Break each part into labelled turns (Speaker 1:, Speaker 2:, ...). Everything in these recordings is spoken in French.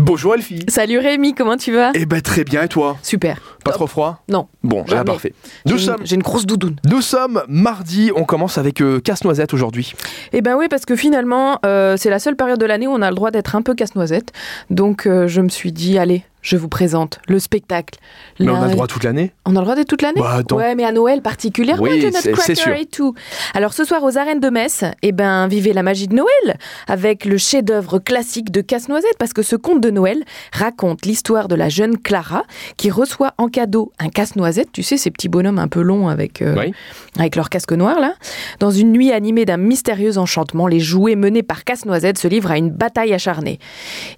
Speaker 1: Bonjour Elfie.
Speaker 2: Salut Rémi, comment tu vas
Speaker 1: Eh ben très bien et toi
Speaker 2: Super.
Speaker 1: Pas
Speaker 2: Top.
Speaker 1: trop froid
Speaker 2: Non.
Speaker 1: Bon, ah,
Speaker 2: Jamais.
Speaker 1: parfait. Nous
Speaker 2: J'ai une-
Speaker 1: sommes,
Speaker 2: J'ai une grosse doudoune.
Speaker 1: nous sommes mardi, on commence avec euh, Casse-Noisette aujourd'hui.
Speaker 2: Eh ben oui, parce que finalement, euh, c'est la seule période de l'année où on a le droit d'être un peu casse-noisette. Donc euh, je me suis dit, allez, je vous présente le spectacle.
Speaker 1: Mais on
Speaker 2: La-
Speaker 1: a le droit toute l'année
Speaker 2: On a le droit d'être toute l'année
Speaker 1: Bah, attends.
Speaker 2: Ouais, mais à Noël particulièrement,
Speaker 1: Oui,
Speaker 2: Jonathan
Speaker 1: c'est- c'est
Speaker 2: Cracker
Speaker 1: sûr.
Speaker 2: et tout. Alors ce soir aux arènes de Metz, eh ben vivez la magie de Noël avec le chef-d'œuvre classique de Casse-Noisette parce que ce conte de Noël raconte l'histoire de la jeune Clara qui reçoit en cadeau un casse-noisette, tu sais ces petits bonhommes un peu longs avec euh,
Speaker 1: Oui.
Speaker 2: avec leur casque noir là. Dans une nuit animée d'un mystérieux enchantement, les jouets menés par Casse-Noisette se livrent à une bataille acharnée.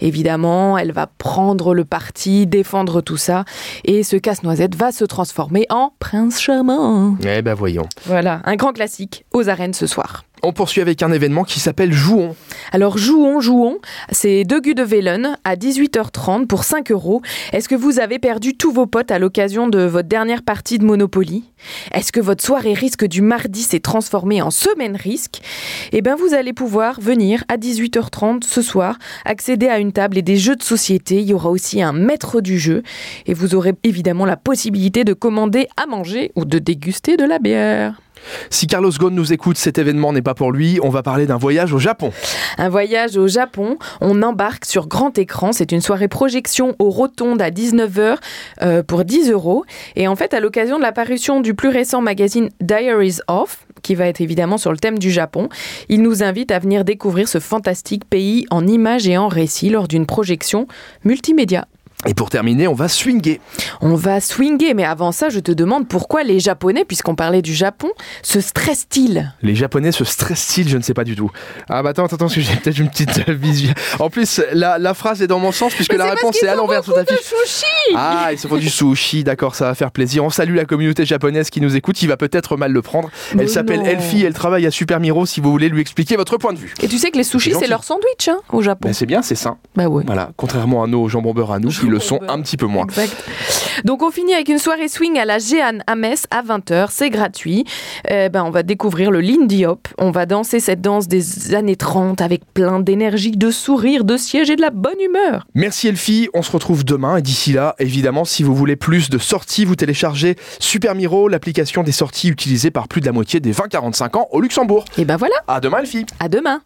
Speaker 2: Évidemment, elle va prendre le parti, défendre tout ça, et ce Casse-Noisette va se transformer en Prince Charmant.
Speaker 1: Eh ben voyons.
Speaker 2: Voilà, un grand classique aux arènes ce soir.
Speaker 1: On poursuit avec un événement qui s'appelle Jouons.
Speaker 2: Alors jouons, jouons, c'est Degus de Vélone à 18h30 pour 5 euros. Est-ce que vous avez perdu tous vos potes à l'occasion de votre dernière partie de Monopoly Est-ce que votre soirée risque du mardi s'est transformée en semaine risque Eh bien vous allez pouvoir venir à 18h30 ce soir, accéder à une table et des jeux de société. Il y aura aussi un maître du jeu et vous aurez évidemment la possibilité de commander à manger ou de déguster de la bière.
Speaker 1: Si Carlos Ghosn nous écoute, cet événement n'est pas pour lui, on va parler d'un voyage au Japon.
Speaker 2: Un voyage au Japon, on embarque sur grand écran. C'est une soirée projection aux rotondes à 19h euh, pour 10 euros. Et en fait, à l'occasion de la parution du plus récent magazine Diaries Off, qui va être évidemment sur le thème du Japon, il nous invite à venir découvrir ce fantastique pays en images et en récits lors d'une projection multimédia.
Speaker 1: Et pour terminer, on va swinguer.
Speaker 2: On va swinguer, mais avant ça, je te demande pourquoi les Japonais, puisqu'on parlait du Japon, se stressent-ils
Speaker 1: Les Japonais se stressent-ils Je ne sais pas du tout. Ah bah attends, attends, attends, parce que j'ai peut-être une petite euh, vision. En plus, la, la phrase est dans mon sens puisque
Speaker 2: Mais
Speaker 1: la
Speaker 2: c'est parce
Speaker 1: réponse
Speaker 2: qu'ils
Speaker 1: est à
Speaker 2: ont
Speaker 1: l'envers sur ta fiche.
Speaker 2: Chouchi
Speaker 1: Ah, ils se font du sushi, d'accord, ça va faire plaisir. On salue la communauté japonaise qui nous écoute, qui va peut-être mal le prendre.
Speaker 2: Mais
Speaker 1: Elle s'appelle
Speaker 2: Oh non.
Speaker 1: Elfie, elle travaille à Super Miro si vous voulez lui expliquer votre point de vue.
Speaker 2: Et tu sais que les sushis,
Speaker 1: gentil.
Speaker 2: c'est leur sandwich hein, au Japon.
Speaker 1: Mais Ben, c'est bien, c'est sain.
Speaker 2: Bah ouais.
Speaker 1: Voilà, contrairement à nos jambon beurre à nous qui le sont
Speaker 2: Jambon beurre.
Speaker 1: un petit peu moins.
Speaker 2: Exact. Donc on finit avec une soirée swing à la Géane à Metz à 20h, c'est gratuit. Euh, ben, on va découvrir le Lindy Hop, on va danser cette danse des années 30 avec plein d'énergie, de sourires, de sièges et de la bonne humeur.
Speaker 1: Merci Elfie, on se retrouve demain et d'ici là, évidemment, si vous voulez plus de sorties, vous téléchargez Super Miro, l'application des sorties utilisée par plus de la moitié des 20-45 ans au Luxembourg.
Speaker 2: Et ben voilà,
Speaker 1: À demain Elfie.
Speaker 2: à demain